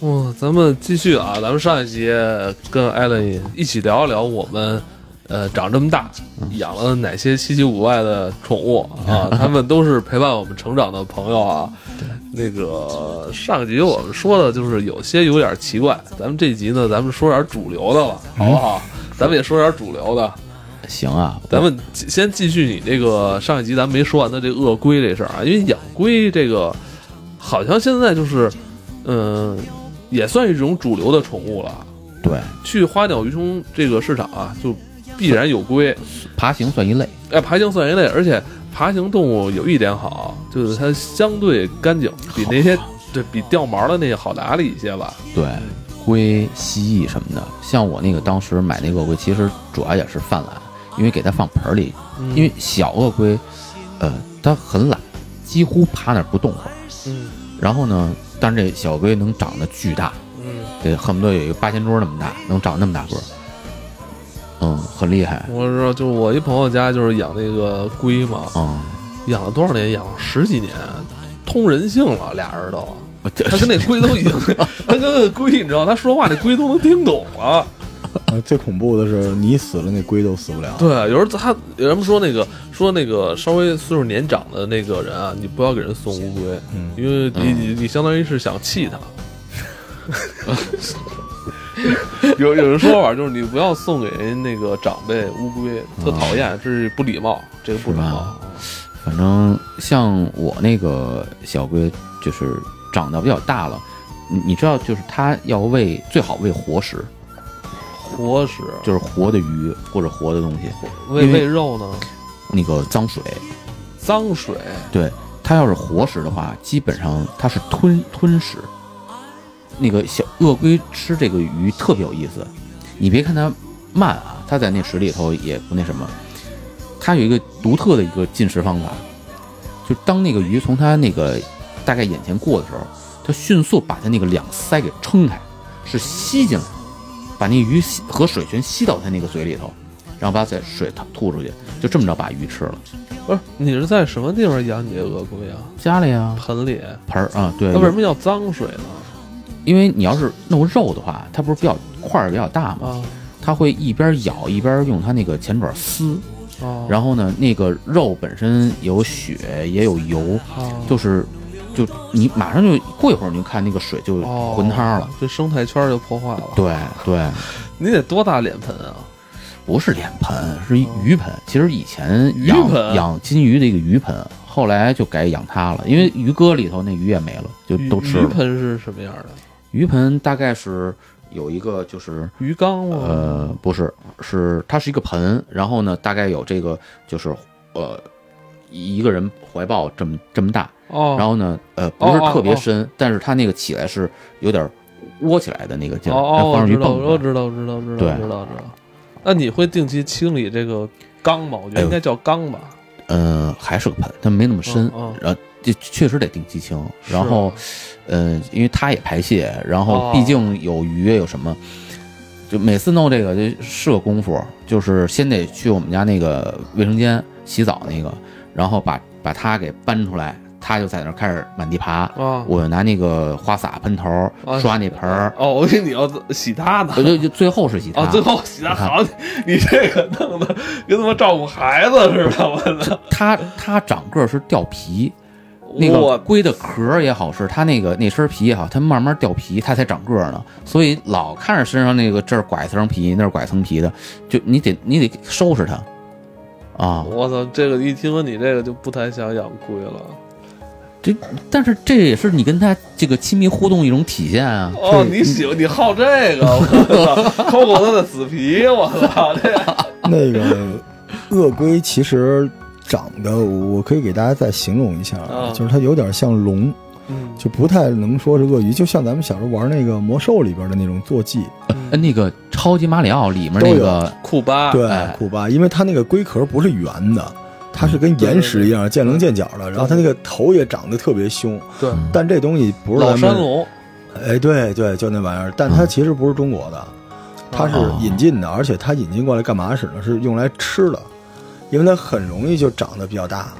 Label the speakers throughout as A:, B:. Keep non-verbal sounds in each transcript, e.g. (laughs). A: 哇，咱们继续啊，咱们上一集跟艾伦一起聊一聊我们，呃，长这么大养了哪些稀奇古怪的宠物啊？他们都是陪伴我们成长的朋友啊。那个上集我们说的就是有些有点奇怪，咱们这集呢，咱们说点主流的了，好不好？咱们也说点主流的，
B: 行啊，
A: 咱们继先继续你这个上一集咱们没说完的这鳄龟这事儿啊，因为养龟这个好像现在就是，嗯、也算是一种主流的宠物了。
B: 对，
A: 去花鸟鱼虫这个市场啊，就必然有龟。
B: 爬行算一类，
A: 哎，爬行算一类，而且爬行动物有一点好，就是它相对干净，比那些对比掉毛的那些好打理一些吧。
B: 对，龟、蜥蜴什么的。像我那个当时买那鳄龟，其实主要也是犯懒，因为给它放盆儿里，
A: 嗯
B: 因为小鳄龟，呃，它很懒，几乎趴那儿不动会儿。
A: 嗯
B: 然后呢，但是这小龟能长得巨大，
A: 嗯，
B: 得恨不得有一个八仙桌那么大，能长那么大个儿，嗯，很厉害，
A: 我说就我一朋友家就是养那个龟嘛，
B: 嗯，
A: 养了多少年？养了十几年，通人性了，俩人都。
B: 我这
A: 他跟那龟都已经， (laughs) 他跟那龟，你知道，他说话那龟都能听懂了。
C: 呃最恐怖的是你死了，那龟都死不了。 (laughs)
A: 对，有时候他有人说那个说那个稍微岁数年长的那个人啊，你不要给人送乌龟，
C: 嗯
A: 因为你你你相当于是想气他。 (laughs) 有有人说法就是你不要送给人那个长辈乌龟，特讨厌，这是不礼貌，这个不礼
B: 是
A: 貌
B: 吧。反正像我那个小龟，就是长得比较大了，你你知道，就是它要喂最好喂活食，
A: 活食
B: 就是活的鱼或者活的东西，
A: 喂
B: 因为
A: 喂肉呢，
B: 那个脏水。
A: 脏水
B: 对，它要是活食的话，基本上它是吞吞食。那个小鳄龟吃这个鱼特别有意思，你别看它慢啊，它在那水里头也不那什么，它有一个独特的一个进食方法，就当那个鱼从它那个大概眼前过的时候，它迅速把它那个两腮给撑开，是吸进来，把那鱼吸和水全吸到它那个嘴里头，然后把它在水吐出去，就这么着把鱼吃了。
A: 不是？你是在什么地方养你的鳄龟啊？
B: 家里啊，
A: 盆里？
B: 盆儿啊，对，
A: 那为什么叫脏水呢？
B: 因为你要是弄肉的话，它不是比较块儿比较大嘛，
A: 啊
B: 它会一边咬一边用它那个前爪撕，
A: 哦，
B: 然后呢，那个肉本身有血也有油，
A: 哦
B: 就是就你马上就过一会儿你就看那个水就
A: 哦
B: 浑汤了。
A: 这生态圈就破坏了。
B: 对对，
A: 你得多大脸盆啊？
B: 不是脸盆，是一鱼盆。其实以前
A: 鱼
B: 养
A: 盆
B: 养金鱼的一个鱼盆，后来就改养它了，因为鱼缸里头那鱼也没了，就
A: 鱼
B: 都吃
A: 鱼
B: 了。
A: 盆是什么样的？
B: 鱼盆大概是有一个就是
A: 鱼缸吗？
B: 呃，不是，是它是一个盆，然后呢，大概有这个就是呃一个人怀抱这么这么大，
A: 哦，
B: 然后呢，呃不是
A: 哦哦
B: 特别
A: 哦
B: 深，但是它那个起来是有点窝起来的那个劲儿，
A: 哦哦，
B: 它
A: 我
B: 帮着鱼
A: 知道，
B: 蹦
A: 我
B: 出来。
A: 知道，我知道，我知道，
B: 对
A: 知道，知道。那你会定期清理这个缸吗？我
B: 哎
A: 觉得应该叫缸吧。
B: 呃，还是个盆，但没那么深，
A: 嗯嗯
B: 然后这确实得定期清，
A: 是啊
B: 然后呃，因为它也排泄，然后毕
A: 哦
B: 竟有鱼有什么，就每次弄这个就是个功夫，就是先得去我们家那个卫生间洗澡那个，然后把把它给搬出来，它就在那儿开始满地爬，
A: 啊，
B: 我拿那个花洒喷头
A: 啊
B: 刷那盆儿，
A: 哦，我以为你要洗它呢
B: 我。就就最后是洗它
A: 啊，，最后洗它好，你这个弄的跟他妈照顾孩子似的，我操！
B: 它它长个儿是掉皮。那个
A: 我
B: 龟的壳儿也好，是它那个那身皮也好，它慢慢掉皮，它才长个儿呢。所以老看着身上那个这儿拐层皮，那儿拐层皮的，就你得你得收拾它啊。
A: 我操，这个一听说你这个就不太想养龟了。
B: 这但是这也是你跟它这个亲密互动一种体现啊。
A: 哦，你喜欢你好这个，我操，抠抠它的死皮，我操，这
C: 那个鳄龟其实长得，我可以给大家再形容一下，
A: 啊
C: 就是它有点像龙，
A: 嗯
C: 就不太能说是鳄鱼，就像咱们小时候玩那个魔兽里边的那种坐骑，
B: 呃，那个超级马里奥里面那个
A: 库巴，
C: 对
B: 哎，
C: 库巴，因为它那个龟壳不是圆的。它是
A: 嗯
C: 跟岩石一样见棱见角的，然后它那个头也长得特别凶，
A: 对
C: 但这东西不是
A: 老
C: 咱
A: 山
C: 们
A: 龙，
C: 哎，对对，就那玩意儿，但
B: 嗯
C: 它其实不是中国的，它是
B: 哦
C: 引进的，而且它引进过来干嘛使呢？是用来吃的，因为它很容易就长得比较大。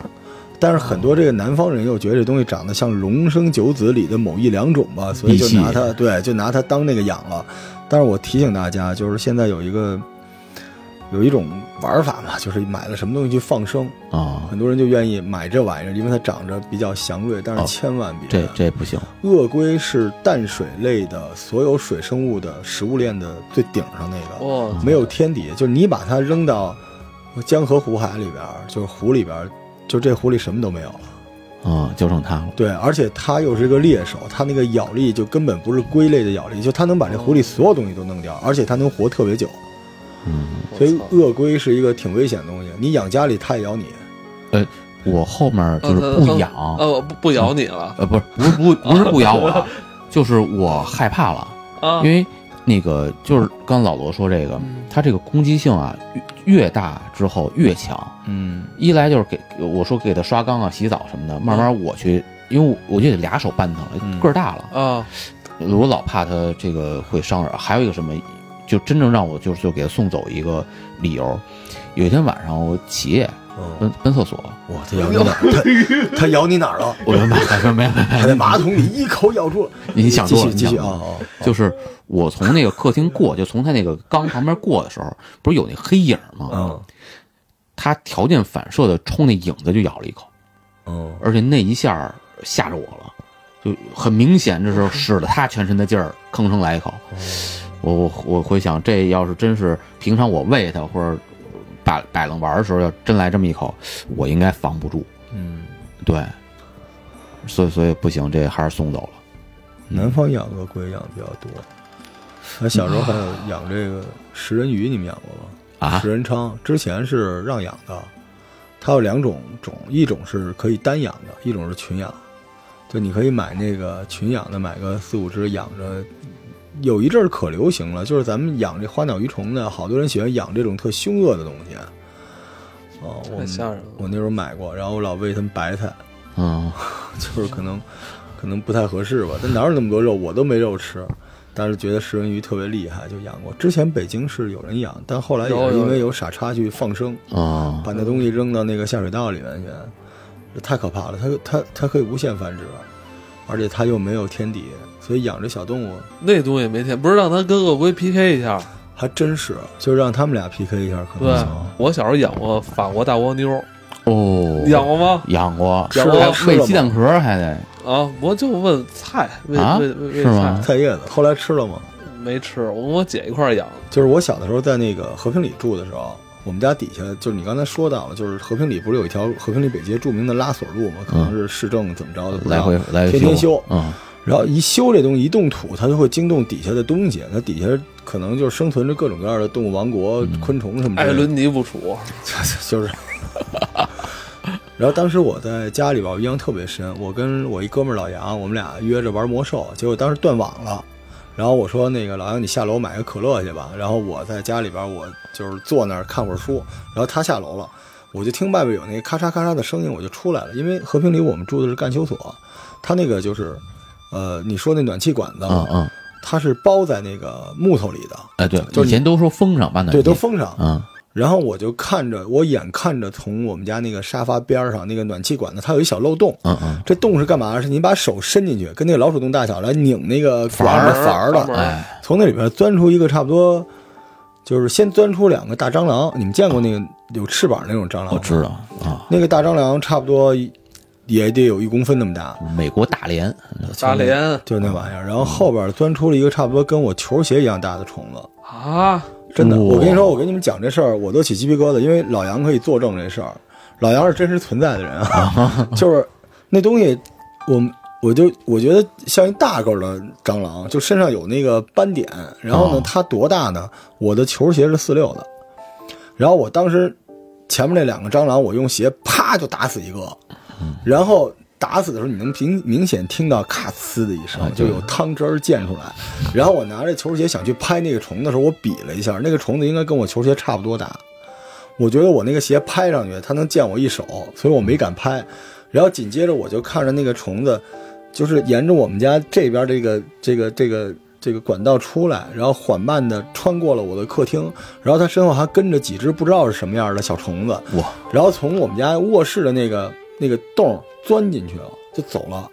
C: 但是很多这个南方人又觉得这东西长得像龙生九子里的某一两种吧，所以就
B: 地气
C: 拿它对，就拿它当那个养了。但是我提醒大家，就是现在有一个有一种玩法嘛，就是买了什么东西去放生，
B: 啊，
C: 很多人就愿意买这玩意儿，因为它长着比较祥瑞，但是
B: 哦
C: 千万别。
B: 这这不行，
C: 鳄龟是淡水类的所有水生物的食物链的最顶上那个，
A: 哇，
C: 没有天敌。就是你把它扔到江河湖海里边儿，就是湖里边儿，就这湖里什么都没有了。
B: 啊，就剩它了。
C: 对，而且它又是一个猎手，它那个咬力就根本不是龟类的咬力，就它能把这湖里所有东西都弄掉，而且它能活特别久。
B: 嗯，
A: 我
C: 所以
A: 操
C: 鳄龟是一个挺危险的东西，你养家里它也咬你。
B: 我后面就是
A: 呃
B: 不养，
A: 呃，不不咬你了
B: 呃，不是，不是不不是不咬我啊，就是我害怕了，
A: 啊
B: 因，为那个就是刚老罗说这个
A: 嗯，
B: 它这个攻击性啊越越大之后越强，
C: 嗯，
B: 一来就是给我说给它刷缸啊、洗澡什么的，慢慢我去，因为我我就得俩手扳它了，
C: 嗯
B: 个儿大了，
A: 啊，
B: 我老怕它这个会伤人。还有一个什么，就真正让我就就给它送走一个理由，有一天晚上我起夜
A: 嗯
C: 哦，
B: 奔奔厕所，
C: 哇，它咬你哪儿？
B: (laughs)
C: 它它咬你哪儿了？
B: 我就买买买买，
C: 它在马桶里一口咬住了。
B: (laughs) 你想
C: 继
B: 多
C: 续
B: 了，
C: 继续
B: 你
C: 啊
B: 想多了
C: 啊！啊
B: 就是我从那个客厅
C: (laughs)
B: 过，就从他那个缸旁边过的时候，不是有那黑影吗？
C: 嗯
B: 他条件反射的冲那影子就咬了一口，
C: 嗯
B: 而且那一下吓着我了，就很明显，这时候
C: 嗯
B: 使了他全身的劲儿，吭哧来一口。我
C: 哦
B: 我我回想，这要是真是平常我喂它或者摆摆弄玩的时候，要真来这么一口，我应该防不住。
C: 嗯，
B: 对，所以所以不行，这还是送走了。
C: 南方养鳄龟养的比较多。那小时候还
B: 嗯
C: 有养这个食人鱼，你们养过吗？
B: 啊
C: 食人鲳之前是让养的，它有两种种，一种是可以单养的，一种是群养。就你可以买那个群养的，买个四五只养着。有一阵儿可流行了，就是咱们养这花鸟鱼虫的，好多人喜欢养这种特凶恶的东西。哦，我
A: 太吓人了
C: 我那时候买过，然后我老喂它们白菜， (laughs)
B: 嗯，
C: 就是可能可能不太合适吧。但哪有那么多肉，我都没肉吃。但是觉得食人鱼特别厉害，就养过。之前北京是有人养，但后来也
A: 有
C: 是
A: 有
C: 因为有傻叉去放生，
B: 哦，
C: 把那东西扔到那个下水道里面去，这太可怕了。它它它可以无限繁殖，而且它又没有天敌，所以养这小动物
A: 那东西没天，不是让他跟鳄龟 PK 一下？
C: 还真是，就让他们俩 PK 一下可能
A: 对
C: 行。，
B: 啊
A: 我小时候养过法国大蜗牛，
B: 哦，
A: 养过吗？
B: 养过，
C: 吃
A: 了
B: 还
C: 吃了
B: 喂
C: 吗
B: 鸡蛋壳儿还得
A: 啊，我就问菜，喂
B: 啊
A: 喂喂喂
B: 是吗
A: 菜，
C: 菜叶子后来吃了吗？
A: 没吃，我跟我姐一块儿养，
C: 就是我小的时候在那个和平里住的时候，我们家底下就是你刚才说到了，就是和平里不是有一条和平里北街著名的拉锁路嘛？可能是市政怎么着的，不知
B: 嗯
C: 道
B: 来回。来回
C: 天天修
B: 嗯，
C: 然后一修这东西，一动土，它就会惊动底下的东西，那底下可能就生存着各种各样的动物王国、昆虫
B: 哎
C: 什么之类
A: 艾
C: 的。
A: 伦尼不楚，
C: (laughs) 就是。然后当时我在家里边，我印象特别深。我跟我一哥们儿老杨，我们俩约着玩魔兽，结果当时断网了。然后我说：“那个老杨，你下楼买个可乐去吧。”然后我在家里边，我就是坐那儿看会儿书。然后他下楼了，我就听外边有那个咔嚓咔嚓的声音，我就出来了。因为和平里我们住的是干休所，他那个就是，呃，你说那暖气管子，
B: 嗯嗯，
C: 它是包在那个木头里的，
B: 哎对，
C: 就是
B: 以前都说风上把暖
C: 对，
B: 气
C: 都封上。
B: 嗯
C: 然后我就看着，我眼看着从我们家那个沙发边儿上那个暖气管子，它有一小漏洞。
B: 嗯嗯，
C: 这洞是干嘛？是你把手伸进去，跟那个老鼠洞大小来拧那个管
A: 阀
C: 儿
A: 门
C: 阀儿
A: 阀门
C: 的，
B: 哎，
C: 从那里边钻出一个差不多，就是先钻出两个大蟑螂。你们见过那个有哦翅膀那种蟑螂
B: 我
C: 吗？
B: 知道啊，
C: 那个大蟑螂差不多也得有一公分那么大，
B: 美国大连，
A: 大连
C: 就那玩意儿。然后后边钻出了一个差不多跟我球鞋一样大的虫子。
A: 啊，
C: 真的，
B: 哇
C: 我跟你说，我跟你们讲这事儿，我都起鸡皮疙瘩，因为老杨可以作证这事儿。老杨是真实存在的人啊，就是那东西，我我就我觉得像一大个儿的蟑螂，就身上有那个斑点。然后呢
B: 哦，
C: 它多大呢？我的球鞋是四六的，然后我当时前面那两个蟑螂，我用鞋啪就打死一个，
B: 嗯
C: 然后打死的时候，你能明明显听到咔呲的一声
B: 啊，
C: 就
B: 对
C: 有汤汁儿溅出来。然后我拿着球鞋想去拍那个虫的时候，我比了一下，那个虫子应该跟我球鞋差不多大。我觉得我那个鞋拍上去，它能溅我一手，所以我没敢拍。然后紧接着我就看着那个虫子，就是沿着我们家这边这个这个这个这个管道出来，然后缓慢的穿过了我的客厅，然后它身后还跟着几只不知道是什么样的小虫子，
B: 哇，
C: 然后从我们家卧室的那个那个洞儿钻进去了，就走了。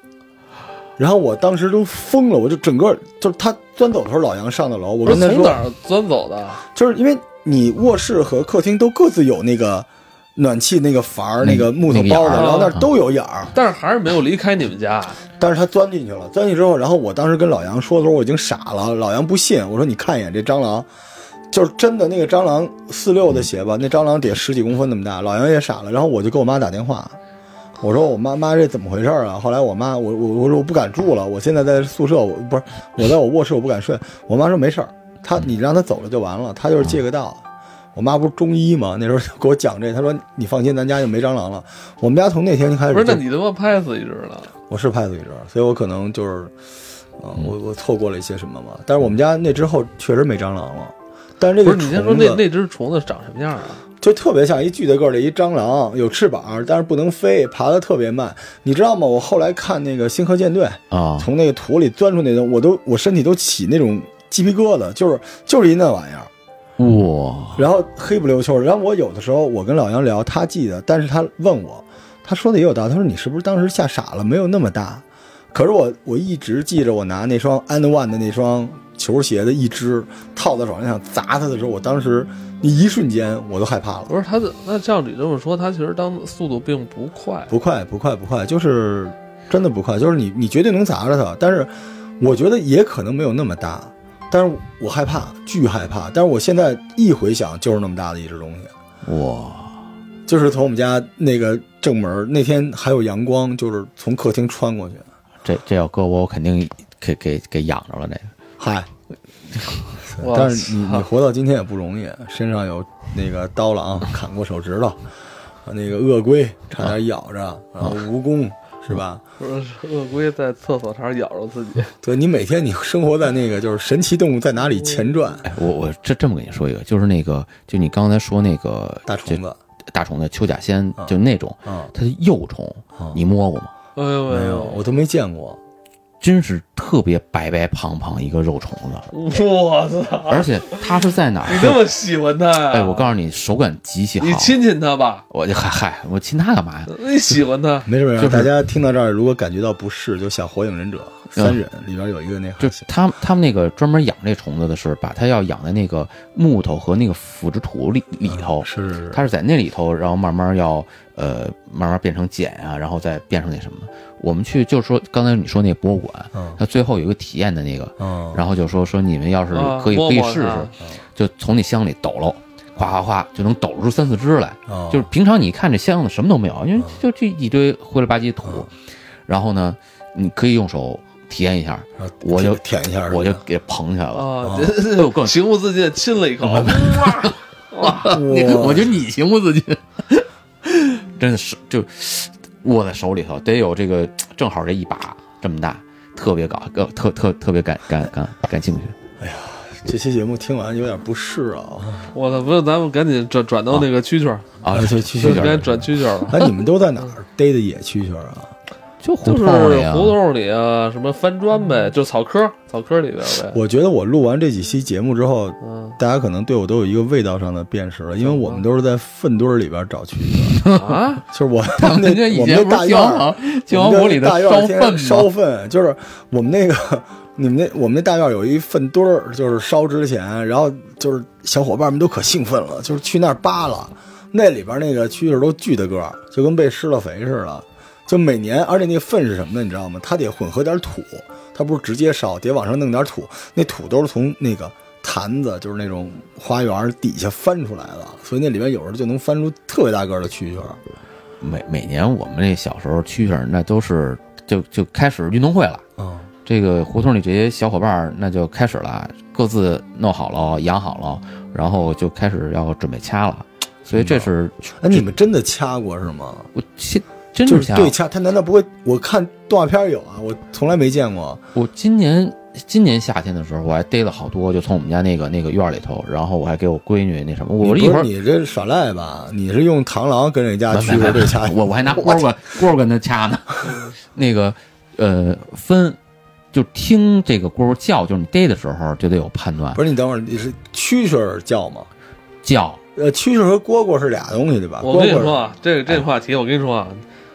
C: 然后我当时都疯了，我就整个就是他钻走的时候，老杨上的楼，我
A: 不是
C: 跟
A: 哦
C: 他
A: 从
C: 说
A: 哪，儿钻走的？
C: 就是因为你卧室和客厅都各自有那个暖气那个阀儿、
B: 那
C: 那个木头
B: 那个
C: 包的，
A: 眼儿
C: 然后那儿
B: 啊
C: 都有眼儿。
A: 但是还是没有离开你们家。
C: 但是他钻进去了，钻进去之后，然后我当时跟老杨说的时候，我已经傻了。老杨不信，我说你看一眼这蟑螂，就是真的那个蟑螂四六的鞋吧，那蟑螂得十几公分那么大。老杨也傻了，然后我就给我妈打电话，我说我妈妈这怎么回事儿啊？后来我妈我我我说我不敢住了，我现在在宿舍，我不是我在我卧室我不敢睡。我妈说没事儿，她你让她走了就完了，她就是借个道。我妈不是中医吗？那时候就给我讲这，她说你放心，咱家就没蟑螂了。我们家从那天就开始
A: 不是，
C: 就
A: 那你他妈拍死一只了？
C: 我是派对人，所以我可能就是，啊、
A: 嗯
C: 我我错过了一些什么嘛。但是我们家那之后确实没蟑螂了，但是这
A: 不
C: 个
A: 是，你先说
C: 虫
A: 那
C: 子
A: 那只虫子长什么样啊？
C: 就特别像一巨大个儿的一蟑螂，有翅膀，但是不能飞，爬得特别慢。你知道吗？我后来看那个《星河舰队》，
B: 啊，
C: 从那个土里钻出那种，我都我身体都起那种鸡皮疙瘩，就是就是一那玩意儿。
B: 哇，
C: 然后黑不溜秋的。然后我有的时候我跟老杨聊，他记得，但是他问我，他说的也有道理。他说你是不是当时吓傻了，没有那么大？可是我我一直记着，我拿那双 And One 的那双球鞋的一只套在手上想砸他的时候，我当时那一瞬间我都害怕了。
A: 不是，它的那照你这么说，它其实当速度并不快。
C: 不快，不快，不快，就是真的不快，就是你你绝对能砸着它，但是我觉得也可能没有那么大，但是我害怕，巨害怕。但是我现在一回想，就是那么大的一只东西。
B: 哇，
C: 就是从我们家那个正门儿，那天还有阳光，就是从客厅穿过去。
B: 这这要搁我，我肯定给给给养着了这个。
C: 嗨，
A: 哇
C: 但是你
A: 操
C: 你活到今天也不容易，身上有那个刀郎砍过手指头，啊那个鳄龟差点咬着，
B: 哦
C: 然后蜈蚣是吧？
A: 不是鳄龟在厕所上咬着自己，
C: 对你每天你生活在那个就是神奇动物在哪里前传，
B: 哎，我我这这么跟你说一个，就是那个，就你刚才说那个
C: 大虫子
B: 就大虫子秋甲仙，就那种，
C: 啊，
B: 它的幼虫，你摸过吗？
A: 哎呦
C: 没
A: 哎
C: 有，我都没见过。
B: 真是特别白白胖胖一个肉虫子，
A: 呦，我操！
B: 而且它是在哪儿？
A: 你那么喜欢它呀？
B: 哎，我告诉你，手感极其好。
A: 你亲亲它吧，
B: 我就嗨嗨，我亲它干嘛呀？
A: 你喜欢它。
C: 没事没
B: 就是
C: 事，大家听到这儿，如果感觉到不适，就像《火影忍者》三忍里边有一个那
B: 嗯就
C: 个，
B: 他他们那个专门养这虫子的是，把它要养在那个木头和那个腐殖土里里头，
C: 嗯是是是，
B: 它是在那里头，然后慢慢要呃慢慢变成茧啊，然后再变成那什么。我们去就是说，刚才你说那博物馆，
C: 嗯
B: 它最后有一个体验的那个，
C: 嗯，
B: 然后就说说你们要是
A: 啊
B: 可以
A: 摸
B: 可以
A: 摸
B: 试
A: 它
B: 试，就从你箱里抖搂，哗哗哗就能抖出三四只来。
C: 哦
B: 就是平常你看这箱子什么都没有，因
C: 嗯
B: 为就这一堆灰了吧唧土，然后呢，你可以用手体验一下，
C: 然后
B: 我就
C: 啊舔一下是吧，哦
B: 我就给捧起来了。
A: 啊，
B: 哎呦，更
A: 情不自禁地亲了一口，
B: 你
C: 哇
B: 我觉得你情不自禁， (laughs) 真的是就握在手里头，得有这个正好这一把这么大，特别搞，呃特特特别感感感感兴趣。
C: 这期节目听完有点不适啊！
A: 我操！不是，咱们赶紧转转到那个蛐蛐儿，
B: 啊，
C: 哎
B: 就
C: 对
B: 蛐
C: 蛐
A: 就
B: 蛐
C: 蛐
A: 是
B: 儿
A: 该转蛐蛐儿了。
C: 哎，你们都在哪儿逮的野蛐蛐儿啊？
B: 嗯就胡
A: 就是
B: 同里啊，
A: 胡同里啊，什么翻砖呗，就草窠，草窠里边呗。
C: 我觉得我录完这几期节目之后，
A: 嗯
C: 大家可能对我都有一个味道上的辨识了，因为我们都是在粪堆儿里边找蛐蛐，
A: 啊，
C: 就是我
B: 他
C: 们
B: 们
C: 那
B: 家 (laughs) 以
C: 我们
B: 前
C: 那
B: 不
C: 大
B: 是
C: 院
B: 消
C: 儿
B: 防，消防
C: 我
B: 局
C: 们
B: 里
C: 那
B: 的
C: 大院
B: 烧
C: 儿天天
B: 粪
C: 烧
B: 吗？
C: 粪，就是我们那个。你们那我们那大院儿有一粪堆儿，就是烧之前，然后就是小伙伴们都可兴奋了，就是去那儿扒拉，那里边那个蛐蛐都巨大个儿，就跟被施了肥似的。就每年，而且那个粪是什么呢？你知道吗？它得混合点土，它不是直接烧，得往上弄点土。那土都是从那个坛子，就是那种花园底下翻出来的，所以那里面有时候就能翻出特别大个儿的蛐蛐儿。
B: 每每年我们那小时候蛐蛐儿，那都是就就开始运动会了。
C: 嗯，
B: 这个胡同里这些小伙伴儿，那就开始了，各自弄好了，养好了，然后就开始要准备掐了。所以这是
C: 哎，你们真的掐过是吗？
B: 我现真
C: 就是是
B: 掐。
C: 对掐，它难道不会？我看动画片有啊，我从来没见过。
B: 我今年今年夏天的时候，我还逮了好多，就从我们家那个那个院儿里头，然后我还给我闺女那什么，我
C: 你
B: 一会
C: 不是
B: 儿
C: 你这耍赖吧？你是用螳螂跟人家
B: 没
C: 蛐
B: 没
C: 蛐儿对掐？
B: 我我还拿蝈蝈蝈蝈跟他掐呢。 (laughs) 那个呃分。就听这个蝈蝈叫，就是你逮的时候就得有判断
C: 不，是你等会儿，你是蛐蛐儿叫吗？
B: 叫
C: 呃，蛐蛐儿和蝈蝈是俩东西对吧？
A: 我跟
C: 蝈蝈
A: 你说啊，这这话题，我跟你说啊，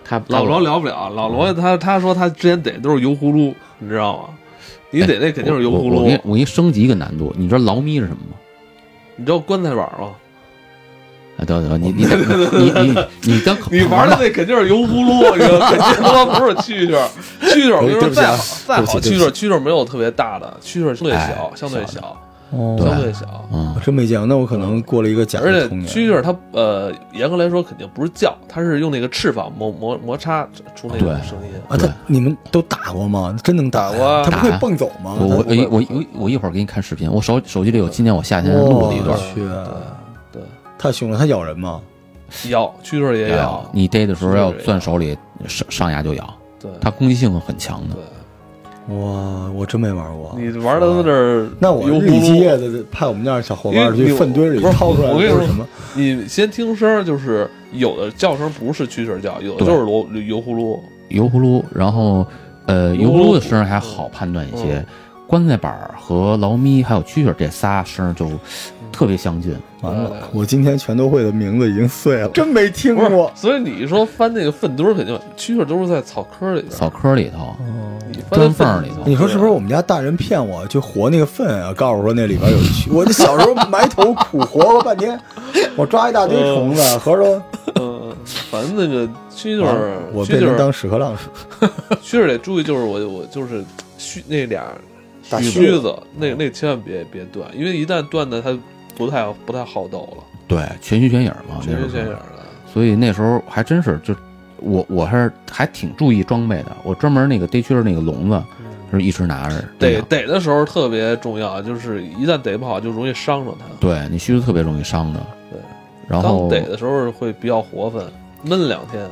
B: 他
A: 老罗聊不了，老罗他他说他之前逮都是油葫芦，你知道吗？你逮那肯定是油葫
B: 我我
A: 芦
B: 给，我给你升级一个难度，你知道劳咪是什么吗？
A: 你知道棺材板吗？
B: 啊，等等，你你你你你当
A: 你玩的那肯定是油葫芦，你知道吗肯定他妈不是蛐蛐儿，蛐蛐儿我跟你
C: 对
A: 说
C: 不起
A: 再
C: 啊
A: 好再好
C: 对不起
A: 蛐蛐儿，蛐蛐儿没有特别大的，蛐蛐儿相对
B: 哎
A: 小，相对
B: 小
A: 小，
B: 对
A: 相
B: 吧
A: 对小。
B: 嗯
C: 我真没见过，那我可能过了一个假
A: 而
C: 的
A: 且
C: 童年。
A: 蛐蛐儿它呃，严格来说肯定不是叫，它是用那个翅膀摩摩摩擦出那种
B: 对
A: 声音。
C: 啊，
B: 对
C: 他你们都打过吗？真能打
A: 打过啊
C: 他不会
B: 打
C: 蹦走吗？
B: 我我
A: 不会
B: 我我我我一会儿给你看视频，我手手机里有今哎天我夏天录的一段
C: 哦我，去
A: 对，
C: 太凶了，他咬人吗？
A: 对，咬蛐蛐儿也咬，
B: 你逮的时候要攥手里上上牙就咬，
A: 对
B: 它攻击性很强的
A: 对。，
C: 啊哇，我真没玩过。
A: 你玩的在那儿，
C: 那我
A: 油
C: 日
A: 葫
C: 以继
A: 芦。
C: 夜的派我们那儿小伙伴儿
A: 哦因为
C: 去
A: 你
C: 粪堆里
A: 不是
C: 掏出来
A: 我
C: 的
A: 跟你
C: 都
A: 说
C: 是什么？
A: 你先听声儿，就是有的叫声不是蛐蛐儿叫，有的
B: 对
A: 就是罗油葫芦。
B: 油葫芦，然后呃，
A: 油
B: 油
A: 葫芦
B: 葫芦的声儿还好判断一些
A: 嗯，
B: 棺材板儿和劳咪还有蛐蛐儿这仨声儿就特别相近。
C: 完
A: 啊对
C: 了，我今天全都会的名字已经碎了，真没听
A: 不是
C: 过，。
A: 所以你说翻那个粪堆儿，肯定蛐蛐儿都是在草坑里边儿，
B: 草坑里头，
A: 你翻那
B: 砖缝儿
A: 粪啊
B: 里头
C: 你说是不是我们家大人骗我，就活那个粪啊？告诉说那里边有蛆，我这小时候埋头苦活过半天，我抓一大堆
A: 呃
C: 虫子，啊合着
A: 嗯，反正那个蛐蛐
C: 完
A: 儿
C: 了，我
A: 蛐
C: 变
A: 蛐
C: 成
A: 儿
C: 当，屎壳郎使。
A: 蛐蛐儿得注意，就是我我就是须那俩
C: 大
A: 须
C: 须
A: 子，那那千万别别断，因为一旦断的它不太不太好斗了，
B: 对，全虚全影儿嘛，
A: 全
B: 哦那
A: 是这
B: 时
A: 样
B: 候。
A: 的。
B: 所以那时候还真是就。我我还是还挺注意装备的，我专门那个逮蛐儿那个笼子，
C: 嗯
B: 就是一直拿着。
A: 逮逮的时候特别重要，就是一旦逮不好就容易伤着它。
B: 对你须子特别容易伤着。
A: 对，
B: 然
A: 刚
B: 后
A: 逮的时候会比较活泛，闷两天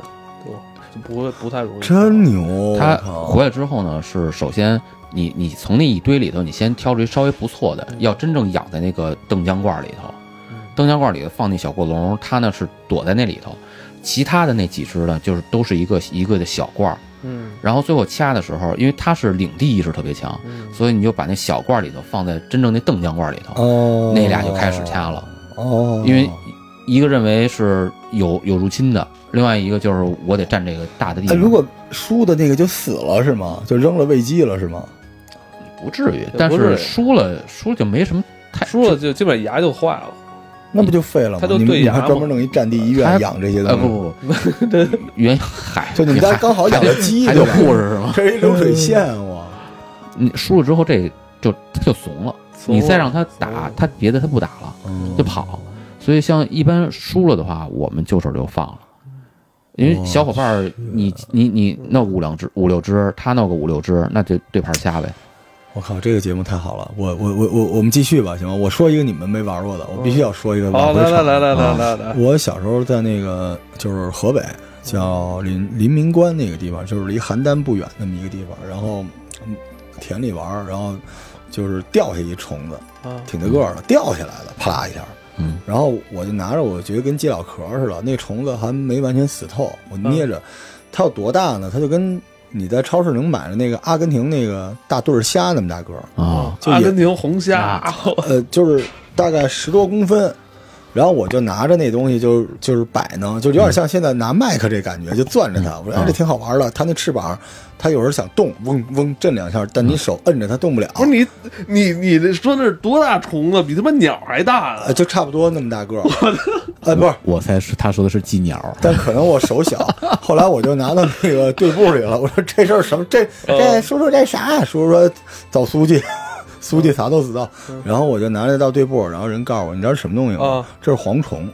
A: 就就不会不太容易伤。
C: 真牛！
B: 他
C: 我靠
B: 回来之后呢，是首先你你从那一堆里头，你先挑出一稍微不错的，要真正养在那个邓江罐里头
A: 嗯。
B: 邓江罐里头放那小过笼，它呢是躲在那里头，其他的那几只呢，就是都是一个一个的小罐儿。
A: 嗯
B: 然后最后掐的时候，因为它是领地意识特别强，
A: 嗯，
B: 所以你就把那小罐儿里头放在真正那邓江罐儿里头，
C: 哦，
B: 那俩就开始掐了。
C: 哦，
B: 因为一个认为是有有入侵的，另外一个就是我得占这个大的地
C: 哎，
B: 方。
C: 如果输的那个就死了是吗？就扔了喂鸡了是吗？
B: 不至于
A: 不，
B: 但
A: 至于
B: 是输了输就没什么
A: (laughs)
B: 太
A: 输了就基本牙就坏了。
C: 那不就废了吗？
A: 他都
C: 你们
A: 对
C: 你
A: 牙
C: 还专门
A: 嘛
C: 弄一战地医
B: 他
C: 院养这些
B: 呃
C: 东西？
B: 不
A: (laughs)
B: 不不，
C: (laughs)
B: 原海
C: 嗯就你们家
B: 还
C: 刚好养了鸡
B: 还得
C: 对吧
B: 护士是吗？
C: 这是一流水线，我
A: 啊
B: 你输了之后这就他就怂了，
A: 怂
B: 你
A: 了
B: 再让他
A: 怂
B: 打
A: 了
B: 他别的他不打了
C: 嗯
B: 就跑，所以像一般输了的话，我们就手就放了。因为小伙伴儿，你你你闹五两只五六只，他闹个五六只，那就对盘下呗。
C: 我靠，这个节目太好了！我我我我我们继续吧，行吗？我说一个你们没玩过的，我必须要说一个
A: 嗯好，
C: 嗯往回啊
A: 来
C: 扯
A: 来来来来来来，
C: 我小时候在那个就是河北叫临临民关那个地方，就是离邯郸不远那么一个地方，然后嗯田里玩儿，然后就是掉下一虫子，
A: 啊
C: 挺大个儿的，掉下来了，啪啦一下。
B: 嗯，
C: 然后我就拿着，我觉得跟鸡脑壳似的，那虫子还没完全死透，我捏着，它有多大呢？它就跟你在超市能买的那个阿根廷那个大对儿虾那么大个儿，
B: 啊，
C: 就
A: 阿
C: 也
A: 根廷红虾，
C: 呃，就是大概十多公分。然后我就拿着那东西就就是摆弄，就有点像现在拿麦克这感觉，就攥着它。我说哎，这挺好玩的。它那翅膀，它有时候想动，嗡嗡震两下，但你手摁着它动不了。
A: (laughs) 不是你你你这说那是多大虫啊子，比他妈鸟还大啊
C: 呃，
A: 呢！
C: 就差不多那么大个儿。呃，不是，
B: 我猜是他说的是鸡鸟，
C: 但可能我手小。后来我就拿到那个队部里了，我说这事儿什么？这这叔叔这啥？叔叔说找书记，书记啥都知道。然后我就拿着到队部，然后人告诉我，你知道是什么东西吗
A: 啊？
C: 这是蝗虫，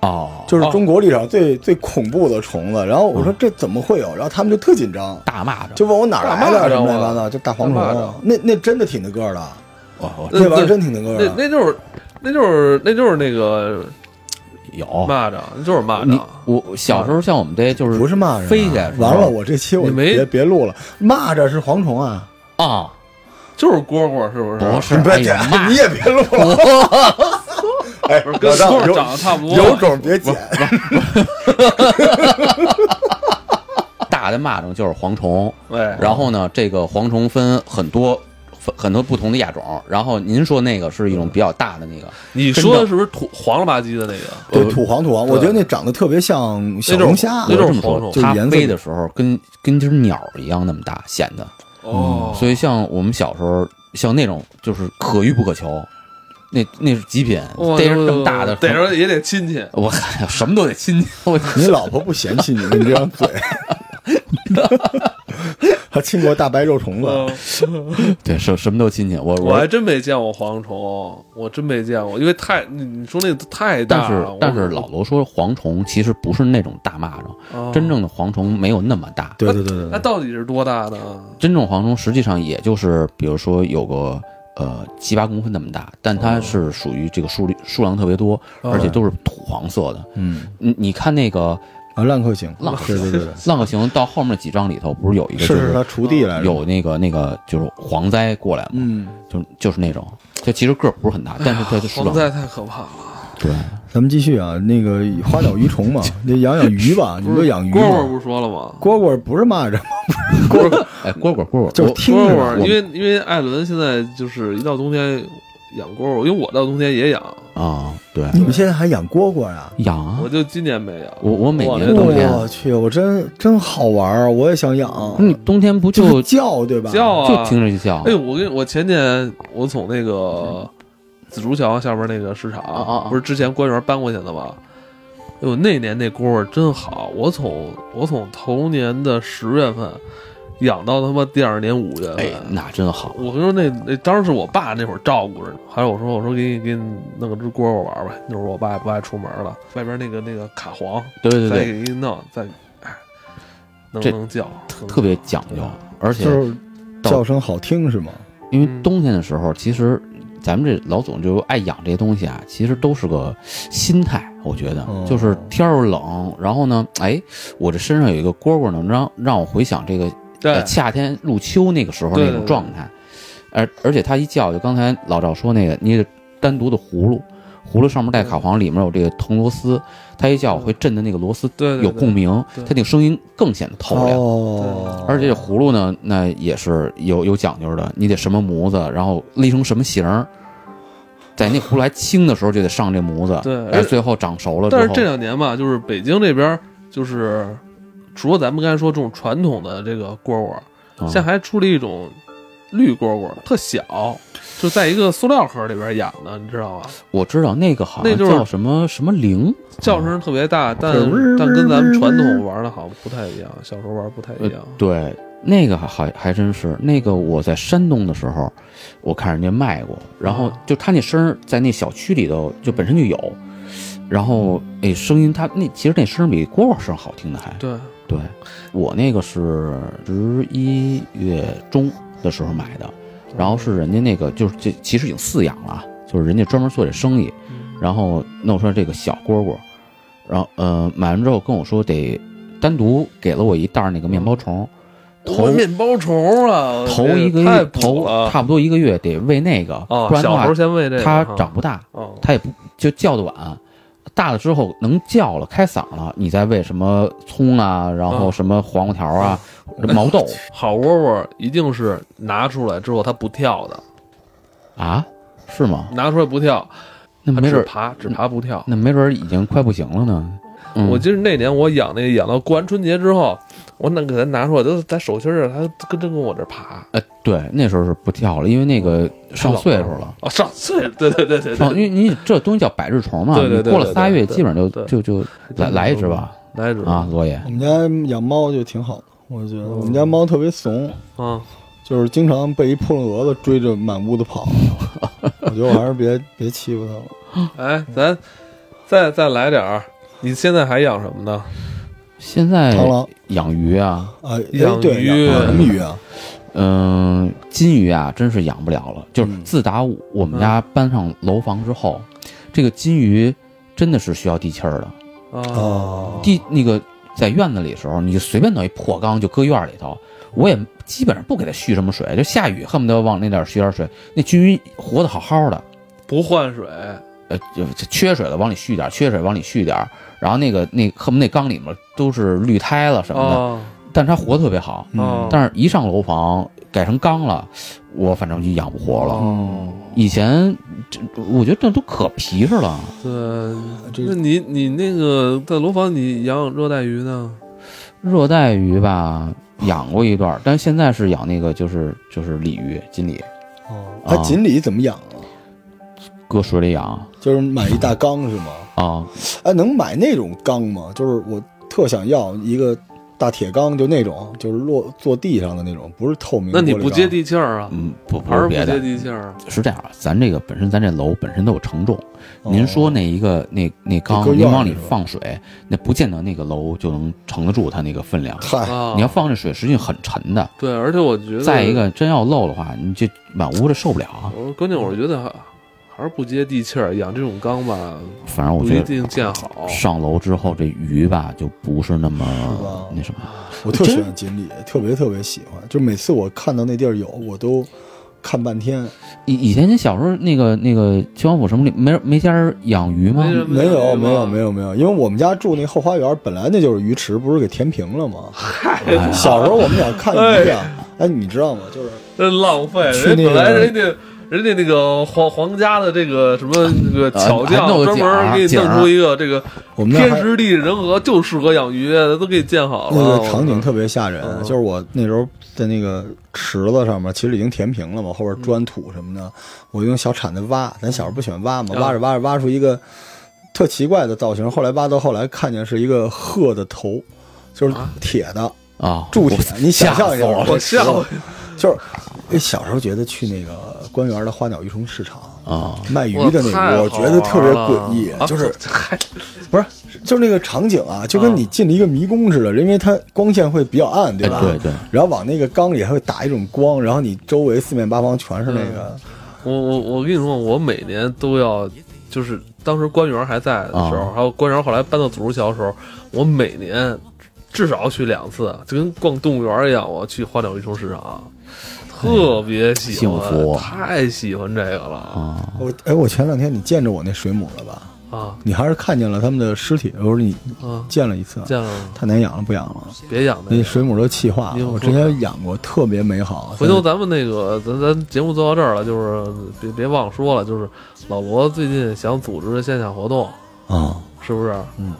B: 哦，
C: 就是中国历史上最最恐怖的虫子。然后我说这怎么会有？然后他们就特紧张，
B: 大骂着，
C: 就问我哪儿来
A: 大蚂蚱
C: 的什么乱七
A: 啊
C: 八糟，就大蝗
A: 大蚂蚱
C: 虫。那那真的挺那个儿的，
B: 我我
A: 呃
C: 那玩意
A: 对
C: 儿真挺那个儿
A: 那
C: 的。
A: 那就是那就是那就是那个
B: 有
A: 蚂蚱，那就是蚂
B: 哦你
A: 蚱。
B: 我我小时候像我们这就是
C: 不是蚂蚱啊，
B: 飞起来
C: 完了，我这期我
A: 你没
C: 别别录了。蚂蚱是蝗虫啊，
B: 啊，
A: 就是蝈蝈，是不是？
B: 不是，
C: 你别
B: 哎呀
C: 剪，
B: 妈
C: 你，也别录了。
A: (laughs)
C: 哎，
A: 不是，跟
C: 老张
A: 蝈
C: 有
A: 蝈长得差不多。
C: 有种别剪，
B: 大的蚂蚱就是蝗虫，
A: 哎，
B: 然后呢，这个蝗虫分很多分很多不同的亚种。然后您说那个是一种比较大的那个，
A: 你说的是不是土黄了吧唧的那个？
C: 对，土黄土黄，我觉得那长得特别像小
A: 那种
C: 龙虾
A: 那，
B: 我
A: 种
B: 这么说，
A: 黄
C: 虫
B: 它
C: 就是颜色
B: 飞的时候跟跟只鸟一样那么大，显得。
A: 哦，
B: 所以像我们小时候，像那种就是可遇不可求，那那是极品，
A: 哇
B: 逮着这么大的，
A: 逮着也得亲戚。
B: 我哎呀什么都得亲近，我
C: 你老婆不嫌弃你你这
A: (laughs)
C: 张嘴，还亲过大白肉虫子，
A: 嗯
B: (laughs) 对什什么都亲近，我
A: 我还真没见过蝗虫，我真没见过，因为太你你说那个太
B: 但
A: 大
B: 是
A: 了。
B: 但是老罗说蝗虫其实不是那种大蚂蚱，
A: 老
B: 真正的蝗虫没有那么大，
C: 对对对
A: 嗯那
C: 对，
A: 到底是多大呢？
B: 真正蝗虫实际上也就是比如说有个。呃，七八公分那么大，但它是属于这个数量数量特别多，而且都是土黄色的。
C: 嗯
B: 你你看那个
C: 啊，浪客行，
B: 浪
C: 对对对对，
B: 浪客行到后面几章里头，不是有一个就是
C: 是他锄地来着，
B: 有那个那个就是蝗灾过来嘛，
C: 嗯，
B: 就就是那种，就其实个儿不是很大，但是它的数
A: 哎蝗
B: 量
A: 灾太可怕了。
B: 对，
C: 咱们继续啊，那个花鸟鱼虫
A: (laughs)
C: 嘛，那养养鱼吧，你
A: 不
C: 们就是养鱼
A: 蝈蝈
C: 嘛，
A: 不是说了吗？
C: 蝈蝈不是蚂蚱，
B: 蝈蝈 (laughs) 哎蝈蝈蝈蝈
C: 就是
B: 我
C: 听
A: 蝈
C: 着
A: 蝈，
C: 呢
A: 因为因为艾伦现在就是一到冬天养蝈蝈，因为我到冬天也养，
B: 啊对
C: 你们现在还养蝈蝈呀？
B: 养啊
A: 我，就今年没养。
B: 我我每
A: 我
B: 年
A: 这
B: 冬天，
C: 我去，我真真好玩儿，我也想养，
B: 你冬天不
C: 就是
B: 就
C: 叫对吧？
A: 叫
B: 就
A: 啊，
B: 听着就叫
A: 哎，我跟我前年我从那个紫竹桥下边那个市场，
B: 啊啊啊
A: 不是之前官员搬过去的吗？哎呦，那年那蝈蝈真好，我从我从头年的十月份养到他妈第二年五月份。
B: 哎那真好，
A: 我跟你说那，那当时是我爸那会儿照顾着呢。后来我说，我说给你给你弄个只蝈蝈玩吧。那会儿我爸也不爱出门了，外边那个那个卡簧，
B: 对对
A: 再
B: 对，
A: 给你弄，再哎，能
B: 这
A: 能叫，能
B: 特别讲究，而且
C: 就是叫声好听是吗？
A: 嗯
B: 因为冬天的时候，其实咱们这老总就爱养这些东西啊，其实都是个心态，我觉得
C: 哦
B: 就是天儿冷，然后呢，哎，我这身上有一个蝈蝈，能让让我回想这个
A: 对
B: 呃，夏天入秋那个时候
A: 对
B: 那种状态，而而且它一叫，就刚才老赵说那个，你得单独的葫芦，葫芦上面带卡簧，里面有这个铜螺丝，它一叫会震的那个螺丝
A: 嗯对对
B: 有共鸣，
A: 对
B: 它那个声音更显得透亮。
C: 哦，
B: 而且这葫芦呢，那也是有有讲究的，你得什么模子，然后勒成什么形儿，在那葫芦还青的时候就得上这模子，
A: 对
B: 哎，最后长熟了之
A: 但
B: 后，
A: 是这两年吧，就是北京这边儿，就是除了咱们刚才说这种传统的这个蝈蝈，
B: 嗯
A: 现在还出了一种绿蝈蝈，特小，就在一个塑料盒里边养的，你知道吧？
B: 我知道那个好
A: 那
B: 像
A: 就是
B: 叫什么什么铃，
A: 叫声特别大，但
B: 嗯
A: 但跟咱们传统玩的好像不太一样，小时候玩不太一样。
B: 对，那个还还真是那个我在山东的时候，我看人家卖过，然
A: 哦
B: 后就他那声儿在那小区里头就本身就有，然后哎声音他那其实那声儿比蝈蝈声好听的还。
A: 对，
B: 对，我那个是十一月中的时候买的，然后是人家那个就是这其实已经饲养了啊，就是人家专门做这生意，
A: 嗯
B: 然后弄出来这个小蝈蝈，然后呃买完之后跟我说得单独给了我一袋儿那个面包虫，头
A: 我嗯面包虫啊，
B: 头
A: 这
B: 一个
A: 太
B: 月
A: 补
B: 头
A: 了
B: 差不多一个月得喂那个，
A: 哦
B: 不，然的
A: 小时
B: 话
A: 候先喂这个，
B: 它
A: 哈
B: 长不大，
A: 哦，
B: 它也不就叫的晚。大了之后能叫了，开嗓了，你再喂什么葱啊，然后
A: 嗯
B: 什么黄瓜条啊、毛
A: (laughs)
B: 豆
A: 好蝈蝈一定是拿出来之后它不跳的，
B: 啊，是吗？
A: 拿出来不跳，
B: 那
A: 它
B: 没准
A: 只
B: 儿，
A: 爬只爬不跳。
B: 那没准儿已经快不行了呢。嗯、
A: 我记得那年我养那个养到过完春节之后，我那给它拿出来，都在手心上，它跟真跟我这爬。
B: 呃，对，那时候是不跳了，因为那个上岁数了。
A: 哦，上岁数，对对对对
B: 哦，
A: 对，
B: 因为你这东西叫百日虫嘛，
A: 对对对
B: 你过了仨
A: 对对
B: 月，
A: 对
B: 基本上就
A: 对
B: 就就来来一只吧，
A: 来一只
B: 啊，，罗爷
C: 我们家养猫就挺好的，我觉得我们家猫特别怂，
A: 嗯，
C: 就是经常被一扑棱蛾子追着满屋子跑，我觉得我还是别别欺负它了。
A: 哎，咱再再来点儿。你现在还养什么呢？
B: 现在
C: 螳螂
B: 养鱼啊，
C: 啊，哎
A: 养
C: 对
A: 鱼
C: 养什么鱼啊？
B: 嗯、金鱼啊，真是养不了了。就是
C: 嗯
B: 自打我们家搬上楼房之后，这个金鱼真的是需要地气儿的。
A: 啊，
C: 哦，
B: 地那个在院子里的时候，你就随便弄一破缸就搁院里头，我也基本上不给它蓄什么水，就下雨恨不得往那点儿蓄点儿水。那金鱼活得好好的，
A: 不换水，
B: 呃，就就缺水了往里蓄点儿，缺水往里蓄点儿，然后那个那恨不得那缸里面都是绿苔了什么的，嗯
A: 哦
B: 但是它活得特别好。
A: 哦，
B: 但是一上楼房，改成缸了，我反正就养不活了。
A: 哦，
B: 以前这我觉得这都可皮实了，
A: 对，
C: 啊这
A: 那你你那个在楼房你养养热带鱼呢？
B: 热带鱼吧养过一段儿，但现在是养那个就是就是鲤鱼、锦鲤，
C: 哦，
B: 啊
C: 它锦鲤怎么养啊？
B: 搁水里养
C: 就是买一大缸是吗？
B: 啊。
C: 哎，能买那种缸吗？就是我特想要一个大铁缸，就那种，就是落坐地上的那种，不是透明。
A: 那你不接？地气儿啊？
B: 嗯，不不
A: 还
B: 是
A: 是不
B: 别的
A: 接，地气儿？
B: 是这样啊，咱这个本身咱这楼本身都有承重，
C: 哦
B: 您说那一个那那缸
C: 搁，院
B: 您
C: 儿
B: 往里
C: 里是吧
B: 放水，那不见得那个楼就能承得住它那个分量。
C: 嗨，
A: 啊，
B: 你要放这水，实际很沉的。
A: 对，而且我觉得
B: 再一，个，真要漏的话，你这满屋这受不了啊。
A: 我说关键我觉得还还是不接地气儿，养这种缸吧，
B: 反正我
A: 不
B: 觉
A: 一
B: 得
A: 定见好。
B: 上楼之后这鱼吧就不是那么
C: 吧
B: 那什么。
C: 我特喜欢锦鲤，特别特别喜欢。就每次我看到那地儿有，我都看半天。
B: 以以前您小时候那个那个区王府什么里没没家儿养鱼吗
A: 没？人
C: 没有，没有，
A: 吗
C: 没有，没有，因为我们家住那后花园，本来那就是鱼池，不是给填平了吗？
B: 哎
C: 小时候我们想看鱼啊，哎，你知道吗？就是
A: 真浪费，
C: 去
A: 人
C: 那
A: 家
C: 个
A: 本来人家人家那个皇皇家的这个什么那个
C: 呃
A: 巧匠
B: 还弄个
A: 专门给你
B: 井儿
A: 弄出一个这个
C: 我们那儿
A: 天
C: 还
A: 时地利人和就适合养鱼，都给你建好
C: 那
A: 了。
C: 个场景特别吓人，
A: 嗯
C: 就是我那时候在那个池子上面，其实已经填平了嘛，后边砖土什么的，我用小铲子挖，咱小时候不喜欢挖嘛，
A: 嗯
C: 挖着挖着挖出一个特奇怪的造型，后来挖到后来看见是一个鹤的头，就是铁的
B: 啊，
C: 铸
B: 我
C: 铁，你想象一下，
A: 我了吓我
C: 就是哎小时候觉得去那个官园的花鸟鱼虫市场。
B: 啊，
C: 卖鱼
A: 哇
C: 的那
A: 太
C: 个，我
A: 好
C: 觉得特别
A: 玩
C: 诡异
A: 了，啊 (laughs)
C: 就是
A: 还
C: 不是，就是那个场景啊，就跟你进了一个迷宫似的，因为它光线会比较暗，对
B: 哎
C: 吧？
B: 对对，
C: 然后往那个缸里还会打一种光，然后你周围四面八方全是那个，
A: 我我我跟你说，我每年都要，就是当时官员还在的时候，
B: 啊
A: 还有官员后来搬到祖竹桥的时候，我每年至少去两次，就跟逛动物园一样，我去花鸟鱼虫市场，特别喜欢，
B: 哎幸福啊
A: 太喜欢这个了
C: 我哎，我前两天你见着我那水母了吧？
A: 啊
C: 你还是看见了他们的尸体，我说你
A: 啊！
C: 见了一次，
A: 见了吗
C: 太难养了，不养了。
A: 别养那
C: 那
A: 个。
C: 水母都气化
A: 哎
C: 了，
A: 呦
C: 我之前养过，特别美好。
A: 回头咱们那个，咱咱节目做到这儿了，就是别别忘说了，就是老罗最近想组织的线下活动，
C: 啊，
A: 是不是？
C: 嗯，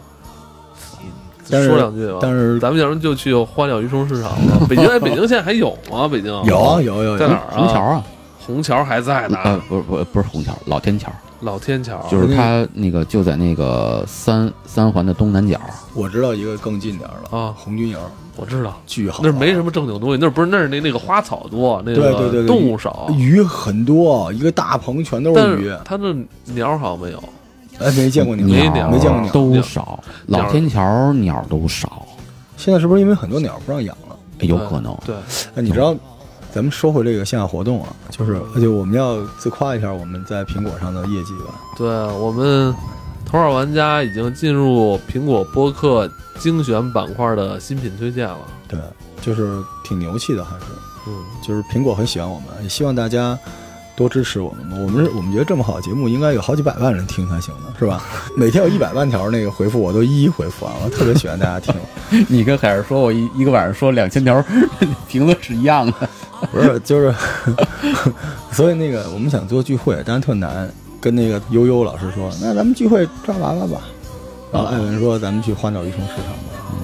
C: 但是
A: 说两句吧。
C: 但是
A: 咱们要不然就去花鸟鱼虫市场了。北京，
C: (laughs)
A: 哎，北京现在还有吗？北京
C: 有啊嗯有有
A: 在
C: 有
A: 哪，儿啊？
B: 虹桥，啊，
A: 虹桥还在
B: 呃
A: 呢，，
B: 不是不是不是虹桥，老天桥，
A: 老天桥
B: 就是它那个就在那个三三环的东南角。
C: 我知道一个更近点儿了
A: 啊
C: 红军营
A: 我知道，
C: 巨好，
A: 那儿没什么正经东西，那儿不是那儿那那个花草多，那
C: 对对对
A: 个
C: 对
A: 动物少，
C: 鱼很多，一个大棚全都
A: 但
C: 是鱼
A: 是，它那鸟好像没有。
C: 哎，没见过你们
A: 没
B: 鸟
A: 鸟
C: 没见过鸟。
B: 都少，
A: 鸟
B: 老天桥鸟都少，
C: 现在是不是因为很多鸟不让养了？
B: 有可能。
A: 对，
C: 哎，你知道，咱们说回这个线下活动啊，就是而且我们要自夸一下我们在苹果上的业绩吧。
A: 对我们头号玩家已经进入苹果播客精选板块的新品推荐了。
C: 对，就是挺牛气的，还是
A: 嗯，
C: 就是苹果很喜欢我们，也希望大家多支持我们吧。我们是我们觉得这么好的节目，应该有好几百万人听才行呢，是吧？每天有一百万条那个回复，我都一一回复啊，我特别喜欢大家听。
B: 你跟海尔说，我一一个晚上说两千条评论是一样的。
C: 不是，就是， (laughs) 所以那个我们想做聚会，但是特难。跟那个悠悠老师说，那咱们聚会抓娃娃吧。然后艾文说，咱们去花鸟鱼虫市场吧。嗯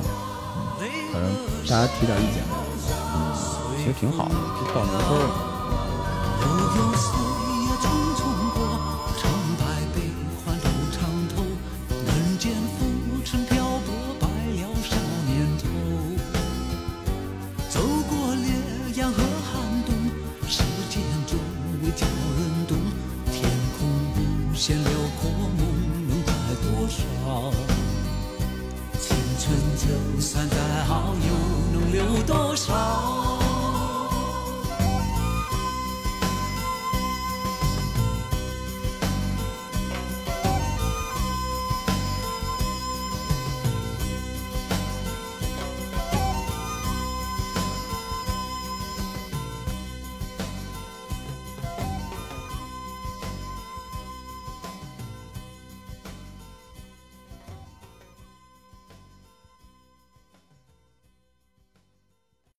C: 反正大家提点意见吧。
B: 其实挺好的，挺好的。
D: 悠悠岁月匆匆过，长白悲欢路长头。人间浮沉漂泊，白了少年头。走过烈阳和寒冬，时间终会教人懂。天空无限辽阔，梦能带多少？青春就算再好，又能留多少？